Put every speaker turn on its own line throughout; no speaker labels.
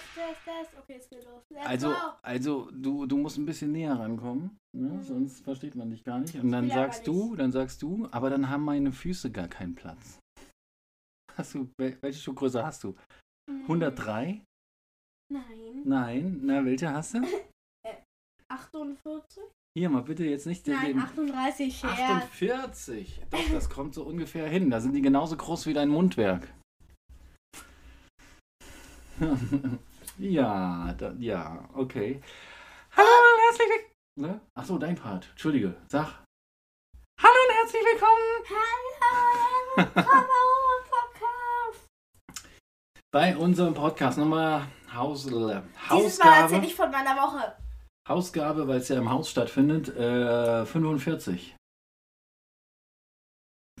heißt, okay, es geht los. Let's
Also,
go.
also du, du musst ein bisschen näher rankommen, ne?
Mhm.
sonst versteht man dich gar nicht. Und dann
will aber
sagst du,
nicht.
dann sagst du, aber dann haben meine Füße gar keinen Platz. Hast du, wel- welche Schuhgröße hast du?
Hm,
103?
Nein.
Nein. Na, welche hast du?
48?
Hier mal bitte jetzt nicht den-
Nein,
den
38. Ja.
48. Doch, das kommt so ungefähr hin. Da sind die genauso groß wie dein Mundwerk. ja, da, ja, okay. Hallo und herzlich willkommen. Ne? Ach so, dein Part. Entschuldige, sag. Hallo und herzlich willkommen
Hallo, willkommen Podcast.
bei unserem Podcast Nummer Haus,
Dieses Mal
Hausgabe,
erzähle ich von meiner Woche.
Hausgabe weil es ja im Haus stattfindet, äh, 45.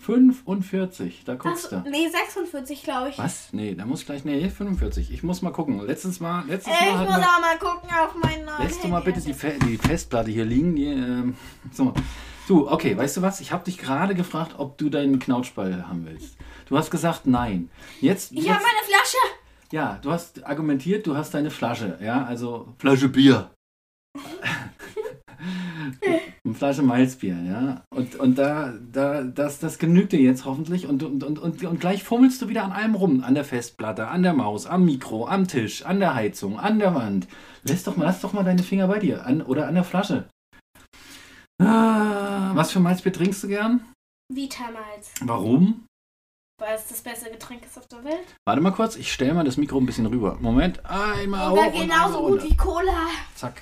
45, da guckst du.
Ach so, nee, 46, glaube ich.
Was? Nee, da muss ich gleich. Nee, 45. Ich muss mal gucken. Letztens Mal. Letztes
Äh, ich
Mal
muss
hatten
auch mal gucken auf meinen neuen
wir. Lässt du
Handy.
mal bitte die, Fe die Festplatte hier liegen. Die, ähm, so. Du, okay, weißt du was? Ich habe dich gerade gefragt, ob du deinen Knautschball haben willst. Du hast gesagt nein. Jetzt,
Ich habe
jetzt
meine Flasche.
ja, du hast argumentiert, du hast deine Flasche, ja, also Flasche Bier. Eine Flasche Malzbier, ja. Und, und da, da, das, das genügt dir jetzt hoffentlich. Und, und, und, und, und gleich fummelst du wieder an allem rum. An der Festplatte, an der Maus, am Mikro, am Tisch, an der Heizung, an der Wand. Lass doch mal, lass doch mal deine Finger bei dir. An, oder an der Flasche. Ah, was für Malzbier trinkst du gern?
Vitamals.
Warum?
Weil es das beste Getränk ist auf der Welt.
Warte mal kurz, ich stelle mal das Mikro ein bisschen rüber. Moment, einmal
Oder
hoch und
genauso
einmal
gut
runter.
wie Cola.
Zack.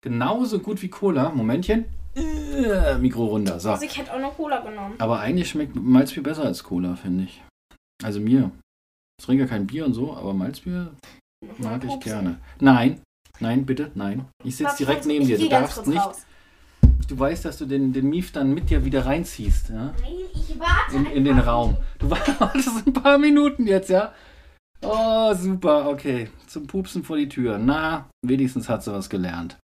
Genauso gut wie Cola. Momentchen. Äh, Mikro runter. So.
Also ich hätte auch noch Cola genommen.
Aber eigentlich schmeckt Malzbier besser als Cola, finde ich. Also mir. Ich trinke ja kein Bier und so, aber Malzbier
Nochmal
mag ich
pupsen.
gerne. Nein. Nein, bitte, nein. Ich sitze
Warte,
direkt
kurz,
neben
ich
dir. Du
geh ganz
darfst
kurz
nicht.
raus.
Du weißt, dass du den, den Mief dann mit dir wieder reinziehst, ja?
Nein, ich warte.
In, in den
einfach.
Raum. Du wartest ein paar Minuten jetzt, ja? Oh, super, okay. Zum Pupsen vor die Tür. Na, wenigstens hat sie was gelernt.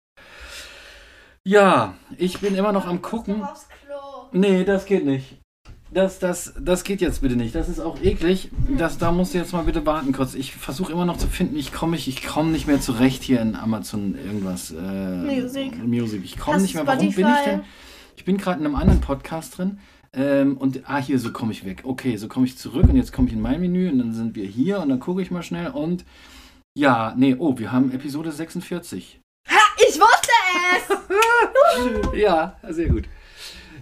Ja, ich bin immer noch am Gucken.
Aufs Klo.
Nee, das geht nicht. Das, das, das geht jetzt bitte nicht. Das ist auch eklig. Das, da musst du jetzt mal bitte warten kurz. Ich versuche immer noch zu finden. Ich komme ich, ich komm nicht mehr zurecht hier in Amazon irgendwas. Äh,
Music.
Music. Ich komme
Hast
nicht
du
mehr. Warum bin ich
Spotify?
denn? Ich bin gerade in einem anderen Podcast drin. Ähm, und ah, hier, so komme ich weg. Okay, so komme ich zurück und jetzt komme ich in mein Menü und dann sind wir hier und dann gucke ich mal schnell und ja, nee, oh, wir haben Episode 46.
Ich wusste es!
Ja, sehr gut.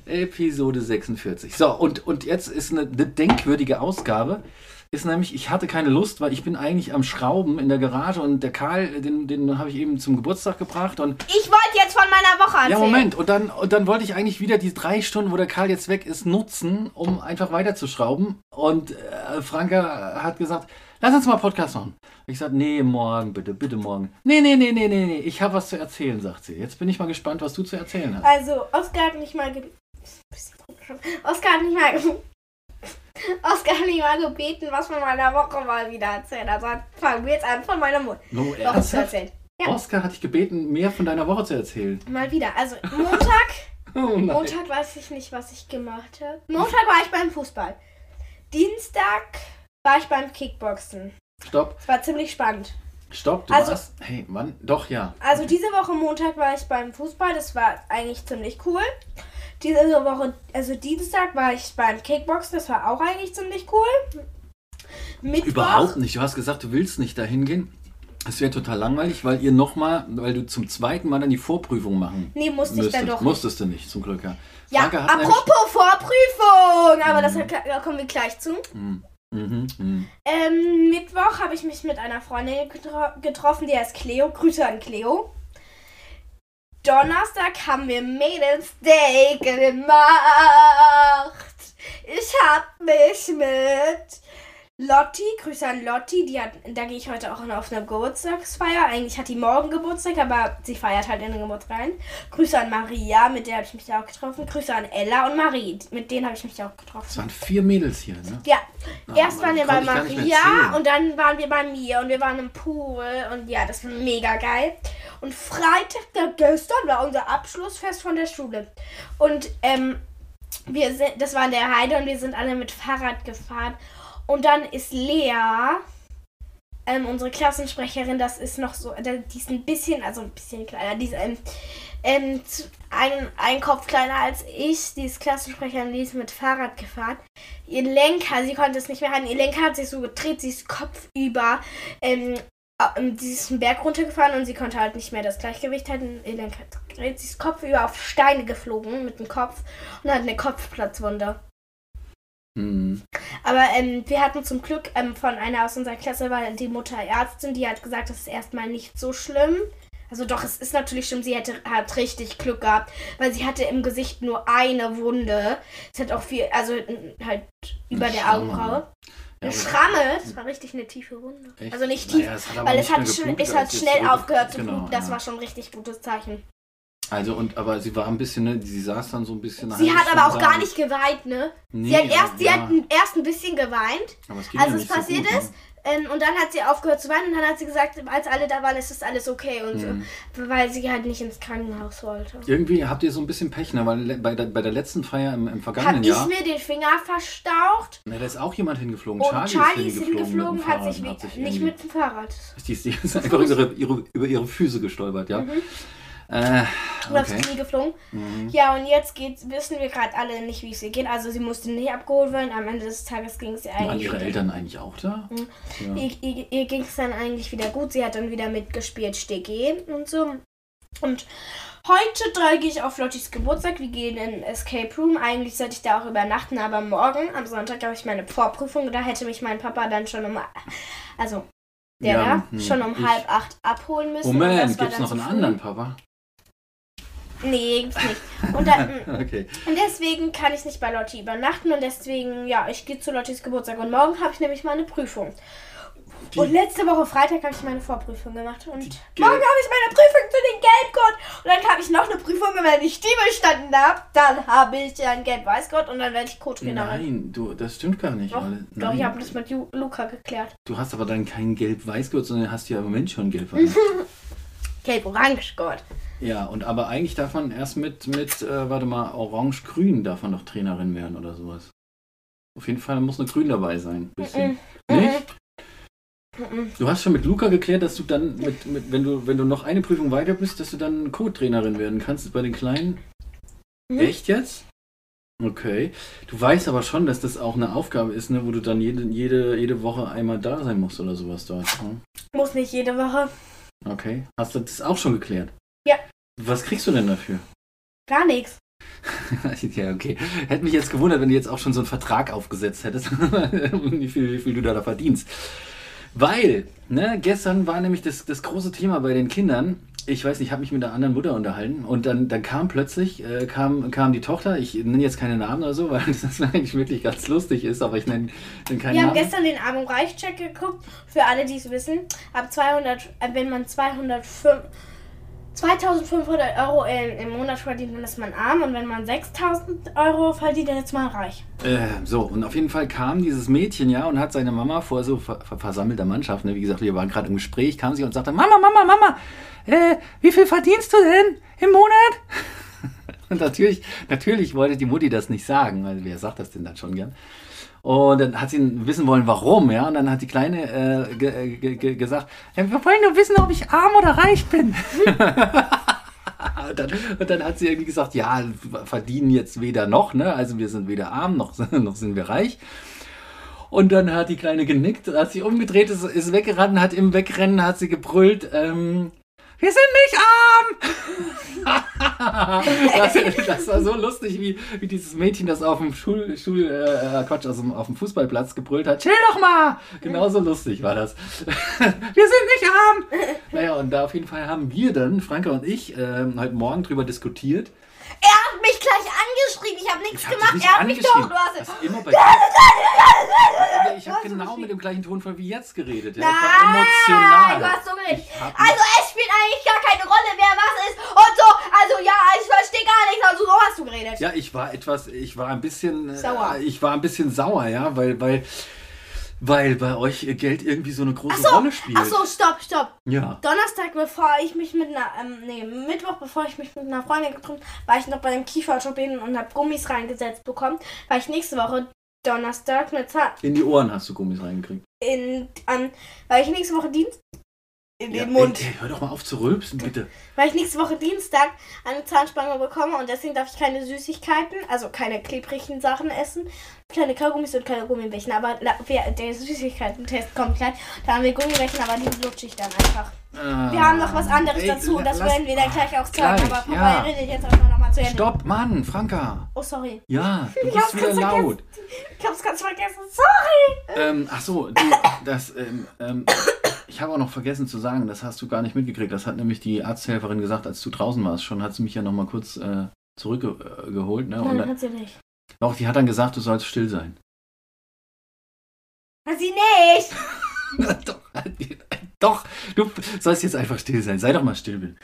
Episode 46. So, und, und jetzt ist eine, eine denkwürdige Ausgabe. Ist nämlich, ich hatte keine Lust, weil ich bin eigentlich am Schrauben in der Garage und der Karl, den, den habe ich eben zum Geburtstag gebracht und
Ich wollte jetzt von meiner Woche erzählen.
ja, Moment. Und dann, und dann wollte ich eigentlich wieder die drei Stunden, wo der Karl jetzt weg ist, nutzen, um einfach weiterzuschrauben. Und äh, Franka hat gesagt, lass uns mal Podcast machen. Ich sagte, nee, morgen bitte, bitte morgen. Nee, nee, nee, nee, nee, nee, ich habe was zu erzählen, sagt sie. Jetzt bin ich mal gespannt, was du zu erzählen hast.
Also, Oskar hat nicht mal gebeten. Oskar hat nicht mal ge- Oskar hat nicht mal gebeten, was von meiner Woche mal wieder erzählt. Also fangen wir jetzt an von meiner Mutter.
No,
Woche zu
ernsthaft?
erzählen. Ja.
Oskar hat dich gebeten, mehr von deiner Woche zu erzählen.
Mal wieder. Also Montag,
Oh nein.
Montag weiß ich nicht, was ich gemacht habe. Montag war ich beim Fußball. Dienstag war ich beim Kickboxen.
Stopp,
Es war ziemlich spannend.
stopp, du
Also-
warst. Hey, wann? Doch, ja.
Also diese Woche Montag war ich beim Fußball, das war eigentlich ziemlich cool. Diese Woche, also Dienstag war ich beim Kickboxen, das war auch eigentlich ziemlich cool. Mittwoch,
Überhaupt nicht. Du hast gesagt, du willst nicht dahin gehen. Es wäre total langweilig, weil ihr nochmal, weil du zum zweiten Mal dann die Vorprüfung machen
nee, musste ich dann
müsstest.
doch.
Musstest du nicht, zum Glück, ja.
ja,
Franke hat nämlich-
apropos Vorprüfung, aber das hat, da kommen wir gleich zu.
Mhm, mhm, mhm.
Ähm, Mittwoch habe ich mich mit einer Freundin getro getroffen, die heißt Cleo. Grüße an Cleo. Donnerstag haben wir Maidens Day gemacht. Ich hab mich mit Lotti, Grüße an Lotti, die hat, da gehe ich heute auch noch auf eine Geburtstagsfeier. Eigentlich hat die morgen Geburtstag, aber sie feiert halt in den Geburtstag rein. Grüße an Maria, mit der habe ich mich auch getroffen. Grüße an Ella und Marie, mit denen habe ich mich auch getroffen.
Es waren vier Mädels hier, ne?
Ja,
Ah,
erst waren
Mann,
wir
konnte
bei
ich gar nicht
Maria
mehr erzählen.
und dann waren wir bei mir und wir waren im Pool und ja, das war mega geil. Und Freitag, der gestern war unser Abschlussfest von der Schule. Und ähm, wir sind, das war in der Heide und wir sind alle mit Fahrrad gefahren. Und dann ist Lea, ähm, unsere Klassensprecherin, das ist noch so, da- die ist ein bisschen, also ein bisschen kleiner, die ist ähm, ähm, z- ein, ein Kopf kleiner als ich, die ist Klassensprecherin, die ist mit Fahrrad gefahren. Ihr Lenker, sie konnte es nicht mehr halten, ihr Lenker hat sich so gedreht, sie ist kopfüber, ähm, au- ähm, sie ist einen Berg runtergefahren und sie konnte halt nicht mehr das Gleichgewicht halten, ihr Lenker hat gedreht, sie ist kopfüber auf Steine geflogen mit dem Kopf und hat eine Kopfplatzwunde.
Hm.
Aber ähm, wir hatten zum Glück ähm, von einer aus unserer Klasse war die Mutter Ärztin, die hat gesagt, das ist erstmal nicht so schlimm. Also doch, es ist natürlich schlimm, sie hätte, hat richtig Glück gehabt, weil sie hatte im Gesicht nur eine Wunde. Es hat auch viel, also n- halt über
Ein
der
Schramm.
Augenbraue.
Ja,
Eine
aber-
Schramme, das war richtig eine tiefe Wunde.
Echt?
Also nicht tief,
Naja, es hat aber
weil
nicht
es hat,
mehr
schl-
geblutet,
es hat
als es
schnell
zurück-
aufgehört zu
Genau,
bluten. Das
ja.
war schon ein richtig gutes Zeichen.
Also, und, aber sie war ein bisschen, ne, sie saß dann so ein bisschen. eine
Sie
halbe
hat aber auch
Stunde da.
gar nicht geweint, ne?
Nee,
Sie hat erst, sie
ja.
hat n- erst ein bisschen geweint.
Aber es ging
also
ja
es
nicht
passiert
so gut, ne?
ist, Ähm, und dann hat sie aufgehört zu weinen und dann hat sie gesagt, als alle da waren, es ist alles okay und
Ne? Mhm.
so, weil sie halt nicht ins Krankenhaus wollte.
Irgendwie habt ihr so ein bisschen Pech, ne? Weil le- bei der, bei der letzten Feier im, im
Hab
vergangenen
ich
Jahr.
mir den Finger verstaucht
Ne, da ist auch jemand hingeflogen.
und
Charlie, ist hingeflogen, mit dem
hat
Fahrrad
sich,
und
wie,
hat sich
nicht
irgendwie-
mit dem Fahrrad.
Die ist, die ist einfach ihre, ihre, über ihre Füße gestolpert,
Mhm.
ja. Äh,
Oder aufs
okay.
Knie geflogen.
Mhm.
Ja, und jetzt geht's, wissen wir gerade alle nicht, wie es ihr geht. Also sie musste nicht abgeholt werden. Am Ende des Tages ging es ihr
Waren
eigentlich.
ihre
wieder-
Eltern eigentlich auch da? Ja.
Ihr, ihr, ihr ging es dann eigentlich wieder gut. Sie hat dann wieder mitgespielt, StG und so. Und heute drei gehe ich auf Lottis Geburtstag. Wir gehen in Escape Room. Eigentlich sollte ich da auch übernachten, aber morgen, am Sonntag, habe ich meine Vorprüfung. Da hätte mich mein Papa dann schon um. Also, der
Ja,
da,
hm,
schon um
ich-
halb acht abholen müssen. Und das
Moment,
war
gibt's
dann
noch
zu
einen
früh.
anderen Papa?
Nee, gibt's nicht. Und dann,
Okay.
und deswegen kann ich nicht bei Lotti übernachten und deswegen, ja, ich gehe zu Lottis Geburtstag und morgen habe ich nämlich meine Prüfung.
Die-
und letzte Woche Freitag habe ich meine Vorprüfung gemacht und morgen habe ich
Gelb-
meine Prüfung für den Gelbgott und dann habe ich noch eine Prüfung, und wenn ich die bestanden habe, dann habe ich ja einen Gelb-Weiß-Gott und dann werde ich Coach genannt.
Nein, du, das stimmt gar nicht.
Genau. Doch,
alle.
doch, ich
Nein.
habe das mit Ju Luca geklärt.
Du hast aber dann kein gelb-weiß gehört, sondern hast ja im Moment schon gelb-weiß.
Gelb-Orange-Gott.
ja, und aber eigentlich darf man erst mit, mit äh, warte mal, orange-grün darf man doch Trainerin werden oder sowas. Auf jeden Fall muss eine grün dabei sein. Bisschen. Nicht?
Mhm.
Du hast schon mit Luca geklärt, dass du dann, mit, mit, wenn, du, wenn du noch eine Prüfung weiter bist, dass du dann Co-Trainerin werden kannst bei den Kleinen.
Mhm.
Echt jetzt? Okay. Du weißt aber schon, dass das auch eine Aufgabe ist, ne, wo du dann jede, jede, jede Woche einmal da sein musst oder sowas dort. Ne?
Muss nicht jede Woche.
Okay. Hast du das auch schon geklärt?
Ja.
Was kriegst du denn dafür?
Gar nichts.
ja, okay. Hätte mich jetzt gewundert, wenn du jetzt auch schon so einen Vertrag aufgesetzt hättest, wie, viel, wie viel du da, da verdienst. Weil, ne, gestern war nämlich das, das große Thema bei den Kindern. Ich weiß nicht, ich habe mich mit einer anderen Mutter unterhalten und dann, dann kam plötzlich, äh, kam, kam die Tochter, ich nenne jetzt keine Namen oder so, weil das eigentlich wirklich ganz lustig ist, aber ich nenne nenne keinen
Wir haben
Namen.
gestern den Arm- und Reichcheck geguckt. Für alle, die es wissen, ab 200, äh, wenn man 205, 2500 Euro in, im Monat verdient, dann ist man arm. Und wenn man 6000 Euro verdient, dann ist man reich.
Äh, so, und auf jeden Fall kam dieses Mädchen, ja, und hat seine Mama vor so ver ver versammelter Mannschaft, ne, wie gesagt, wir waren gerade im Gespräch, kam sie und sagte, Mama, Mama, Mama, äh, wie viel verdienst du denn im Monat? und natürlich, natürlich wollte die Mutti das nicht sagen, weil wer sagt das denn dann schon gern? Und dann hat sie wissen wollen, warum, ja, und dann hat die Kleine äh, ge ge ge gesagt, "Ja, wir wollen nur wissen, ob ich arm oder reich bin. Und dann, und dann hat sie irgendwie gesagt, ja, wir verdienen jetzt weder noch, ne? Also wir sind weder arm noch, noch sind wir reich. Und dann hat die Kleine genickt, hat sich umgedreht, ist, ist weggerannt, hat im Wegrennen, hat sie gebrüllt, ähm, wir sind nicht arm! das, das war so lustig, wie, wie dieses Mädchen, das auf dem Schul, Schul äh, Quatsch, also auf dem Fußballplatz gebrüllt hat, chill doch mal! Genauso lustig war das. wir sind nicht arm! Naja, und da auf jeden Fall haben wir dann, Franka und ich, ähm, heute Morgen drüber diskutiert.
Er hat mich gleich angeschrien. Ich habe nichts
Ich hab dich
gemacht.
nicht
er hat mich doch.
angeschrien.
Du hast
Was immer bei dir- Ich habe genau mit dem gleichen Tonfall wie jetzt geredet. Ja, ich war
Nein,
emotional.
du hast so geredet.
Ich hab
Also es spielt eigentlich gar keine Rolle, wer was ist und so. Also ja, ich verstehe gar nichts. Also so hast du geredet.
Ja, ich war etwas, ich war ein bisschen äh,
Sauer.
Ich war ein bisschen sauer, ja, weil, weil, weil bei euch ihr Geld irgendwie so eine große
so,
Rolle spielt.
Ach so, stopp, stopp.
Ja.
Donnerstag, bevor ich mich mit einer, ähm, nee, Mittwoch, bevor ich mich mit einer Freundin getroffen habe, war ich noch bei einem Kieferorthopäden und habe Gummis reingesetzt bekommen, weil ich nächste Woche Donnerstag eine Zahn
In die Ohren hast du Gummis reingekriegt.
in an, weil ich nächste Woche Dienst in den
Ja,
Mund,
Ey, ey, hör doch mal auf zu rülpsen, bitte.
weil ich nächste Woche Dienstag eine Zahnspange bekomme und deswegen darf ich keine Süßigkeiten, also keine klebrigen Sachen essen, keine Kaugummis und keine Gummibärchen, aber la- wer- der Süßigkeiten-Test kommt gleich, da haben wir Gummibärchen, aber die lutsche ich dann einfach. Wir haben noch was anderes dazu und das werden wir dann gleich auch zeigen, aber Papa
ja.
redet jetzt erstmal nochmal zu Ende.
Stopp, Mann, Franka.
Oh, sorry.
Ja, du
hab's
bist wieder
ganz vergessen.
laut.
Ich hab's ganz vergessen. Sorry!
Ähm, ach so, du, das, ähm, ähm, ich habe auch noch vergessen zu sagen, das hast du gar nicht mitgekriegt. Das hat nämlich die Arzthelferin gesagt, als du draußen warst. Schon hat sie mich ja nochmal kurz äh, zurückgeholt. Ne? Und
Nein,
dann,
hat sie nicht.
doch, die hat dann gesagt, du sollst still sein.
Hat sie nicht!
doch, doch, du sollst jetzt einfach still sein. Sei doch mal still, Bill.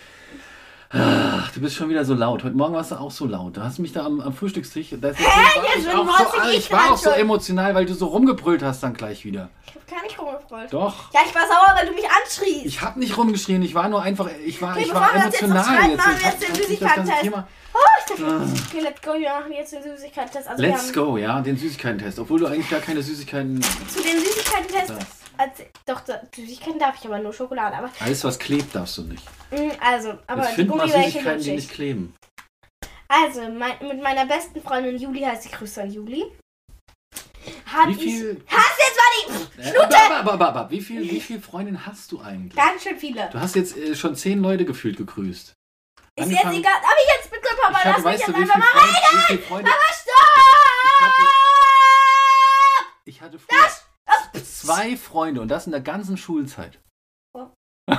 Ach, du bist schon wieder so laut. Heute Morgen warst du auch so laut. Du hast mich da am, am Frühstückstisch. Das, Hä? War ich
Jetzt
auch
bin
so,
ich
ich war
dran
auch so
schuld.
emotional, weil du so rumgebrüllt hast dann gleich wieder.
Ich hab gar nicht rumgefreut.
Doch.
Ja, ich war sauer, weil du mich anschriest.
Ich habe nicht rumgeschrien, ich war nur einfach, ich war,
Okay,
ich
bevor
war
wir uns jetzt noch
emotional
streiten,
jetzt.
machen wir
Ich
jetzt
hab-
den
hab nicht das ganze
Süßigkeiten-Test.
Thema.
Oh, Okay, let's go, wir machen jetzt den Süßigkeiten-Test. Also
Ah.
wir
Let's
haben
go, ja, den Süßigkeiten-Test. Obwohl du eigentlich gar keine Süßigkeiten
zu den Süßigkeiten-Test.
hast.
Also, doch, da- Süßigkeiten darf ich aber nur Schokolade. Aber,
Alles, was klebt, darfst du nicht.
mm, also, aber
Jetzt
die
find mal
Gummibärchen
Süßigkeiten,
lutsche
die
ich.
nicht kleben.
Also, mein, mit meiner besten Freundin Juli heißt sie Grüße an Juli. Hat
Wie
ich.
viel,
Hast jetzt mal die.
äh, aber, aber, aber, aber, wie viel, wie viel Freundinnen hast du eigentlich?
Ganz schön viele.
Du hast jetzt äh, schon zehn Leute gefühlt gegrüßt.
Ist jetzt
Angefangen-
egal. Aber jetzt bitte, Papa,
Ich
lass
hatte,
mich
weißt
jetzt
du, wie viele
einfach mal
Freunde, wie viele Freunde,
Mama, stopp!
ich hatte früher zwei Freunde und das in der ganzen Schulzeit.
Oh.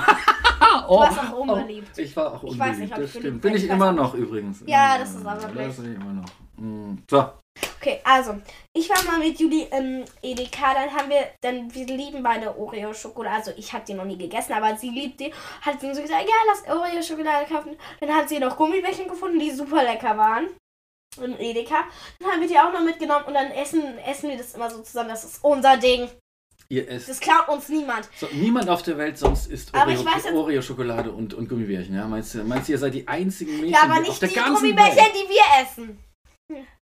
Oh,
warst auch
oh.
unbeliebt.
Ich war auch
Ich
unbeliebt,
weiß nicht, ob
das
ich beliebt
stimmt.
bin.
Bin ich
Ich weiß
immer
auch
noch übrigens.
Ja,
Mm,
das ist aber blöd.
Das bin ich immer noch. Mm, So,
Okay, also, ich war mal mit Juli im Edeka, dann haben wir, dann, wir lieben beide Oreo-Schokolade, also ich habe die noch nie gegessen, aber sie liebt die, hat sie so gesagt, ja, lass Oreo-Schokolade kaufen. Dann hat sie noch Gummibärchen gefunden, die super lecker waren. Im Edeka. Dann haben wir die auch noch mitgenommen und dann essen, essen wir das immer so zusammen. Das ist unser Ding.
ihr esst.
Das klaut uns niemand.
So, niemand auf der Welt sonst isst
Aber
Oreo,
ich weiß jetzt-
Oreo Schokolade und, und Gummibärchen. Ja? Meinst, du, meinst du, ihr seid die einzigen Mädchen
Ja, aber
die auf
nicht
der
die
ganzen
Gummibärchen,
Welt?
die wir essen.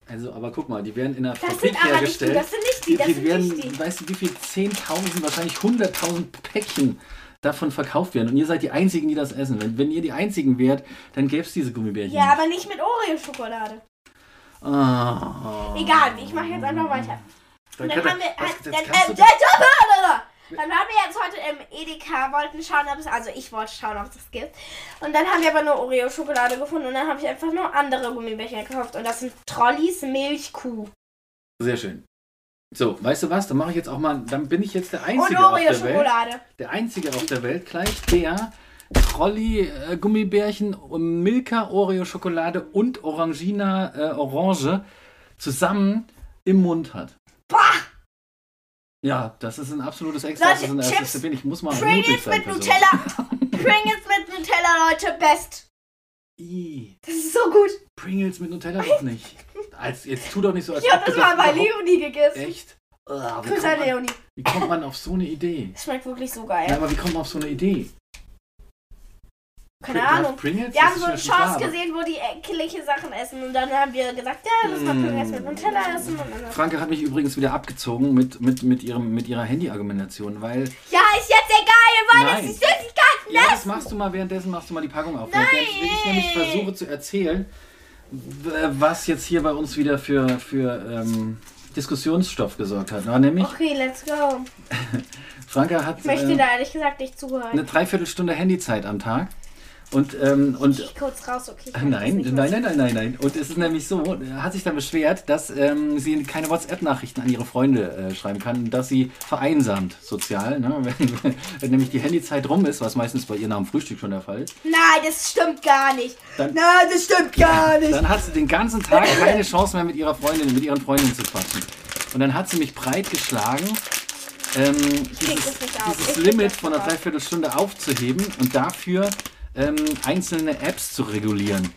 Also, aber guck mal, die werden in der
Das
Fabrik
sind aber nicht die,
hergestellt.
das sind nicht die, das
die,
sind
werden,
nicht die.
weißt du, wie viel 10.000, wahrscheinlich 100.000 Päckchen davon verkauft werden. Und ihr seid die Einzigen, die das essen. Wenn, wenn ihr die Einzigen wärt, dann gäbe es diese Gummibärchen.
Ja, aber nicht mit Oreo-Schokolade.
nicht. Ah.
Egal, ich mache jetzt einfach weiter.
Dann,
dann
kann er-
haben wir,
was,
hat- dann,
jetzt
äh,
kannst du-
dann- dann waren wir jetzt heute im Edeka, wollten schauen, ob es, also ich wollte schauen, ob es das gibt. Und dann haben wir aber nur Oreo-Schokolade gefunden und dann habe ich einfach nur andere Gummibärchen gekauft. Und das sind Trollis Milchkuh.
Sehr schön. So, weißt du was? Dann mache ich jetzt auch mal. Dann bin ich jetzt der
Und
Einzige auf der Welt.
Oreo-Schokolade.
Der Einzige auf der Welt gleich, der Trolli äh, Gummibärchen, und Milka Oreo Schokolade und Orangina äh, Orange zusammen im Mund hat. Ah, Ja, das ist ein absolutes Extra. Das ist ein,
Leute,
das
Chips,
ist, ich muss mal mutig
Pringles
sein.
mit
für sowas.
Nutella. Pringles mit Nutella, Leute, best.
Ih,
Das ist so gut.
Pringles mit Nutella doch nicht. Als, jetzt tu doch nicht so, als
Ich habe
ob
das
du
mal bei
überhaupt-
Leonie gegessen.
Echt? Ah, wie, kommt
Grüße an
man,
Leonie.
wie kommt man auf so eine Idee?
Das schmeckt wirklich so
Ja,
geil.
aber wie kommt man auf so eine Idee?
Keine
Pr- du hast
Ahnung.
Pringles?
Wir
Das
haben
ist
so
mir
einen
schon klar,
Shorts
aber-
gesehen, wo die eklige Sachen essen und dann haben wir gesagt, ja, das kann man erst mit
Mm.
Nutella essen und dann
Franke hat mich übrigens wieder abgezogen mit, mit, mit, ihrem, mit ihrer Handy-Argumentation, weil.
Ja, ist jetzt egal, wir wollen
Nein.
jetzt die Süßigkeiten
Ja,
essen.
das machst du mal, währenddessen machst du mal die Packung auf. Während ich nämlich versuche zu erzählen, w- was jetzt hier bei uns wieder für, für ähm, Diskussionsstoff gesorgt hat. Na, nämlich,
Okay, let's go.
Franke hat
Oh, Ich möchte
äh,
da ehrlich gesagt nicht zuhören.
eine Dreiviertelstunde Handyzeit am Tag. Und, ähm, und
Ich geh kurz raus, okay? ich
Äh,
mach das
Nein,
nicht
nein,
mehr.
nein, nein, nein, nein. Und es ist nämlich so, er hat sich dann beschwert, dass ähm, sie keine WhatsApp-Nachrichten an ihre Freunde äh, schreiben kann, dass sie vereinsamt sozial, ne? wenn, wenn, wenn nämlich die Handyzeit rum ist, was meistens bei ihr nach dem Frühstück schon der Fall ist,
Nein, das stimmt gar nicht.
Dann-
nein, das stimmt gar nicht.
dann hat sie den ganzen Tag keine Chance mehr mit ihrer Freundin, mit ihren Freundinnen zu quatschen. Und dann hat sie mich breitgeschlagen, ähm,
krieg
dieses,
das nicht auf. Ich
dieses
krieg
Limit
das
von einer
nicht auf.
Dreiviertelstunde aufzuheben und dafür ähm, einzelne Apps zu regulieren.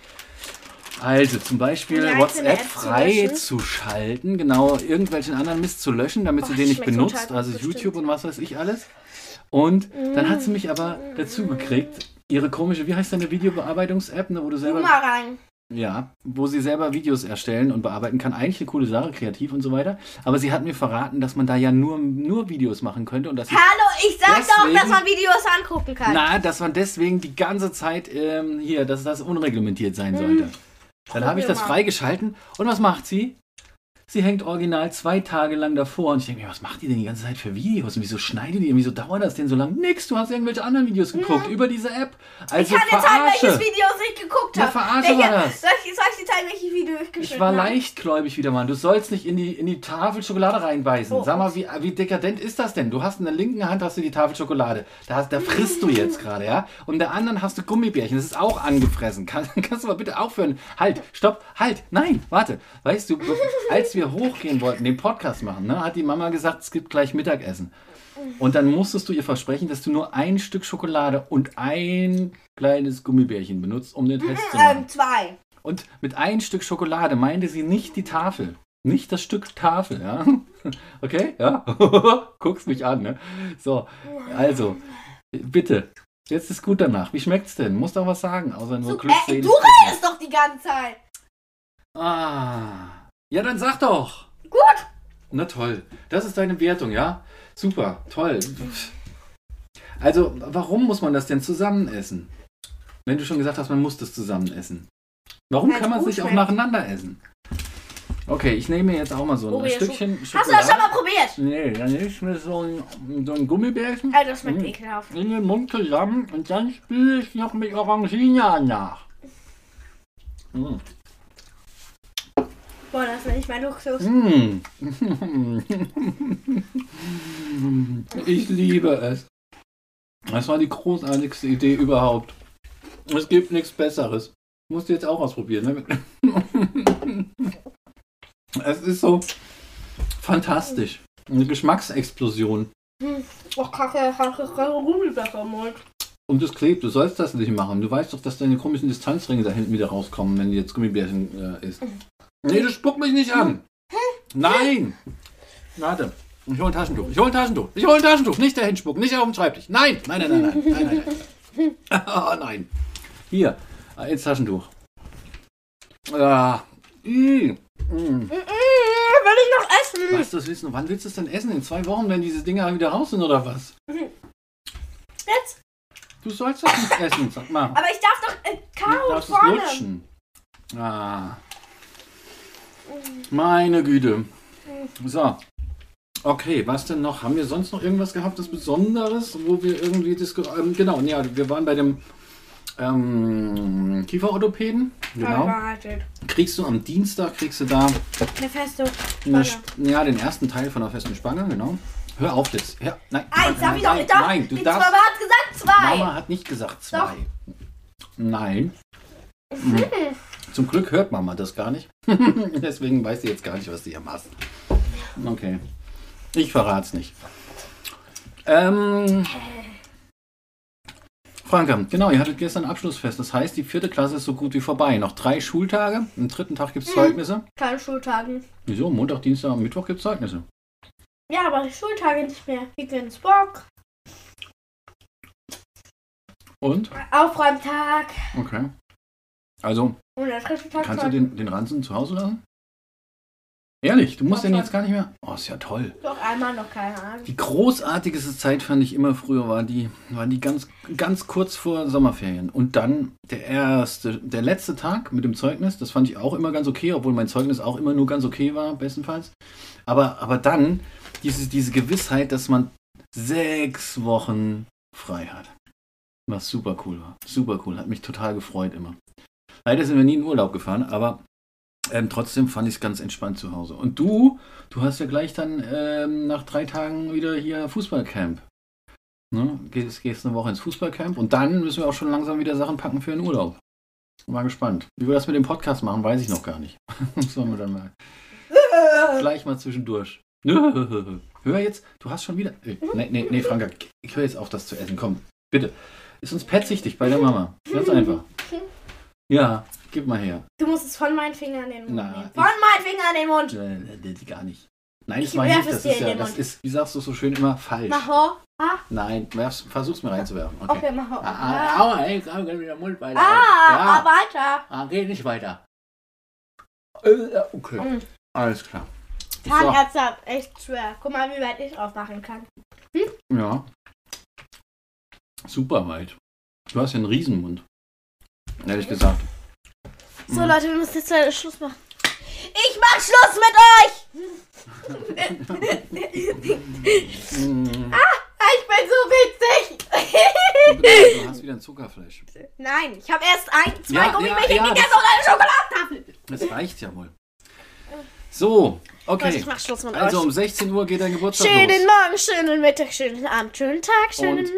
Also zum Beispiel
Die einzelne
WhatsApp
App zu löschen.
freizuschalten, genau, irgendwelchen anderen Mist zu löschen, damit
Oh,
sie den
das
nicht
schmeckt total
benutzt,
gut,
also
bestimmt. Mm.
YouTube und was weiß ich alles. Und dann hat sie mich aber dazu gekriegt, ihre komische, wie heißt deine Videobearbeitungs-App, ne, wo du selber
Boomerang.
Ja, wo sie selber Videos erstellen und bearbeiten kann. Eigentlich eine coole Sache, kreativ und so weiter. Aber sie hat mir verraten, dass man da ja nur, nur Videos machen könnte und dass sie
Hallo, ich sag doch,
Deswegen-
dass man Videos angucken kann.
Na, dass man deswegen die ganze Zeit ähm, hier, dass das unreglementiert sein sollte. Dann habe ich das
Hm. Probier mal.
freigeschalten. Und was macht sie? Sie hängt original zwei Tage lang davor und ich denke mir, was macht die denn die ganze Zeit für Videos? Und wieso schneidet die? Und wieso dauert das denn so lang? Nix, du hast irgendwelche anderen Videos geguckt über diese App.
Hm. ich
Also
kann jetzt sagen, welches
verarsche.
Video ich geguckt
Ja,
habe.
verarsche
Welche-
war das.
Soll ich, soll ich dir zeigen, welches Video ich geschnitten
Ich war
habe?
leichtgläubig wieder, Mann. Du sollst nicht in die, in die Tafel Schokolade reinbeißen.
Oh.
Sag mal, wie, wie dekadent ist das denn? Du hast in der linken Hand hast du die Tafel Schokolade. Da, hast, da frisst du jetzt gerade, ja? Und in der anderen hast du Gummibärchen. Das ist auch angefressen. Kann, kannst du mal bitte aufhören? Halt, stopp, halt. Nein, warte. Weißt du, be- als wir hochgehen wollten, den Podcast machen, ne, hat die Mama gesagt, es gibt gleich Mittagessen. Und dann musstest du ihr versprechen, dass du nur ein Stück Schokolade und ein kleines Gummibärchen benutzt, um den Test zu machen.
Ähm, zwei.
Und mit ein Stück Schokolade meinte sie nicht die Tafel. Nicht das Stück Tafel, ja? Okay, ja? Guckst mich an, ne? So, also, bitte. Jetzt ist gut danach. Wie schmeckt's denn? Musst doch was sagen, außer nur
So,
Glückselig.
äh, du redest doch die ganze Zeit.
Ah. Ja, dann sag doch.
Gut.
Na Ne, toll. Das ist deine Wertung, ja? Super, toll. Also, warum muss man das denn zusammen essen? Wenn du schon gesagt hast, man muss das zusammen essen. Warum
Weil's
kann man es
gut
nicht auch
schmeckt.
nacheinander essen? Okay, ich nehme mir jetzt auch mal so ein
Oh, ja,
Stückchen
Hast du das schon
Schokolade.
mal probiert?
Nee, dann nehme ich mir so ein, so ein Gummibärchen
Also, das schmeckt
Mhm.
ekelhaft.
in den Mund zusammen und dann spüle ich noch mit Orangina nach. Mm.
Boah, das ist nicht mein Luxus.
Mm. Ich liebe es. Das war die großartigste Idee überhaupt. Es gibt nichts Besseres. Musst du jetzt auch ausprobieren. Ne? Es ist so fantastisch. Eine Geschmacksexplosion.
Och, kacke, kacke, kacke, Gummibärchen im Mund.
Und es klebt. Du sollst das nicht machen. Du weißt doch, dass deine komischen Distanzringe da hinten wieder rauskommen, wenn du jetzt Gummibärchen äh, isst. Nee, du spuck mich nicht an. Nein. Warte. Ich hole ein Taschentuch. Ich hole ein Taschentuch. Ich hole ein Taschentuch. Nicht dahin spucken. Nicht auf dem Schreibtisch. Nein. Nein, nein, nein, nein. Nein, nein, nein. Oh, nein. Hier. äh, Ins Taschentuch. Ah. Ih. Mm.
Mm, will ich noch essen.
Was, das willst du? Wann willst du es denn essen? In zwei Wochen, wenn diese Dinger wieder raus sind oder was?
Jetzt?
Du sollst das nicht essen. Sag mal.
Aber ich darf doch äh,
Du
Karo
darfst es
vorne.
lutschen. Ah. Meine Güte. So. Okay, was denn noch? Haben wir sonst noch irgendwas gehabt, das Besonderes, wo wir irgendwie diskutiert ähm, Genau, ja, wir waren bei dem ähm, Kieferorthopäden. Genau.
Verheiratet.
Kriegst du am Dienstag, kriegst du da
Eine Feste. Spange.
eine, Sp- ja, den ersten Teil von der festen Spange, genau. Hör auf jetzt. Ja, nein,
Eins, darf
nein,
ich doch,
nein,
ich darf.
nein, du
die
darfst.
Mama hat gesagt zwei.
Mama hat nicht gesagt zwei. Nein.
Hm.
Zum Glück hört Mama das gar nicht. Deswegen weiß sie jetzt gar nicht, was sie hier macht. Okay. Ich verrat's nicht. Ähm. Franka, genau, ihr hattet gestern Abschlussfest. Das heißt, die vierte Klasse ist so gut wie vorbei. Noch drei Schultage. Am dritten Tag gibt's Zeugnisse.
Keine Schultagen.
Wieso? Montag, Dienstag und Mittwoch gibt's Zeugnisse.
Ja, aber Schultage nicht mehr. Wir gehen ins Bock.
Und?
Aufräumtag.
Okay. Also,
Und der dritte Tag.
kannst du
soll-
den, den Ranzen zu Hause lassen? Ehrlich, du musst
Ja,
den
schon.
jetzt gar nicht mehr. Oh, ist ja toll.
Doch einmal noch keine Ahnung.
Die großartigste Zeit fand ich immer früher war die, war die ganz, ganz kurz vor Sommerferien. Und dann der erste, der letzte Tag mit dem Zeugnis, das fand ich auch immer ganz okay, obwohl mein Zeugnis auch immer nur ganz okay war, bestenfalls. Aber, aber dann diese, diese Gewissheit, dass man sechs Wochen frei hat. Was super cool war. Super cool. Hat mich total gefreut immer. Leider sind wir nie in Urlaub gefahren, aber ähm, trotzdem fand ich es ganz entspannt zu Hause. Und du Du hast ja gleich dann ähm, nach drei Tagen wieder hier Fußballcamp. Ne? Gehst, gehst eine Woche ins Fußballcamp und dann müssen wir auch schon langsam wieder Sachen packen für den Urlaub. Mal gespannt. Wie wir das mit dem Podcast machen, weiß ich noch gar nicht. das wollen wir dann mal gleich mal zwischendurch. Hör jetzt, du hast schon wieder. Äh,
Mhm.
Nee, nee, nee, Franka, ich höre jetzt auf, das zu essen. Komm, bitte. Ist uns petzig bei der Mama. Ganz
Mhm.
einfach. Ja, gib mal her.
Du musst es von meinen Fingern in den Mund
Na,
nehmen.
ich-
Von meinen Fingern in den Mund.
Äh, Gar nicht. Nein,
Ich
das war
werf
nicht.
es
Das
dir
ist
in
ja,
den
das
Mund.
ist, wie sagst du so schön immer, falsch.
Mach ho. Ah,
Nein, werf's, versuch's mir reinzuwerfen. Okay.
okay, mach ho.
Ah, ah, aua, ey, komm, geh wieder Mund weiter.
Ah,
ja.
weiter.
ah, geh nicht weiter. Äh, Okay,
Mhm.
alles klar. So,
Zahnärzte haben echt schwer. Guck mal, wie weit ich aufmachen kann.
ja. Super weit. Du hast ja einen Riesenmund. Ehrlich gesagt.
So
Mhm.
Leute, wir müssen jetzt leider Schluss machen.
Ich mach Schluss mit euch!
Mhm.
Ah. Ich bin so witzig!
Du hast wieder ein Zuckerfleisch.
Nein, ich habe erst ein, zwei
Ja,
Gummibärchen
ja, ja,
gegessen und eine Schokoladentafel.
Das reicht ja wohl. So,
Leute,
okay.
ich mach Schluss mit
Also
euch.
um 16 Uhr geht dein Geburtstag
Schönen
los.
Morgen, schönen Mittag, schönen Abend, schönen Tag, schönen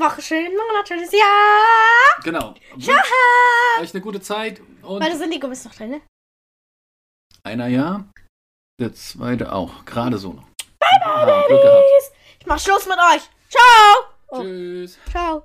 Woche, schönen Monat, schönes Jahr.
Genau. Wünscht Euch eine gute Zeit
Weil
und
sind die Gummis noch drin, ne?
einer ja, der zweite auch. Gerade so noch. Bye bye, Glück gehabt.
Ich mach Schluss mit euch. Ciao. Oh.
Tschüss.
Ciao.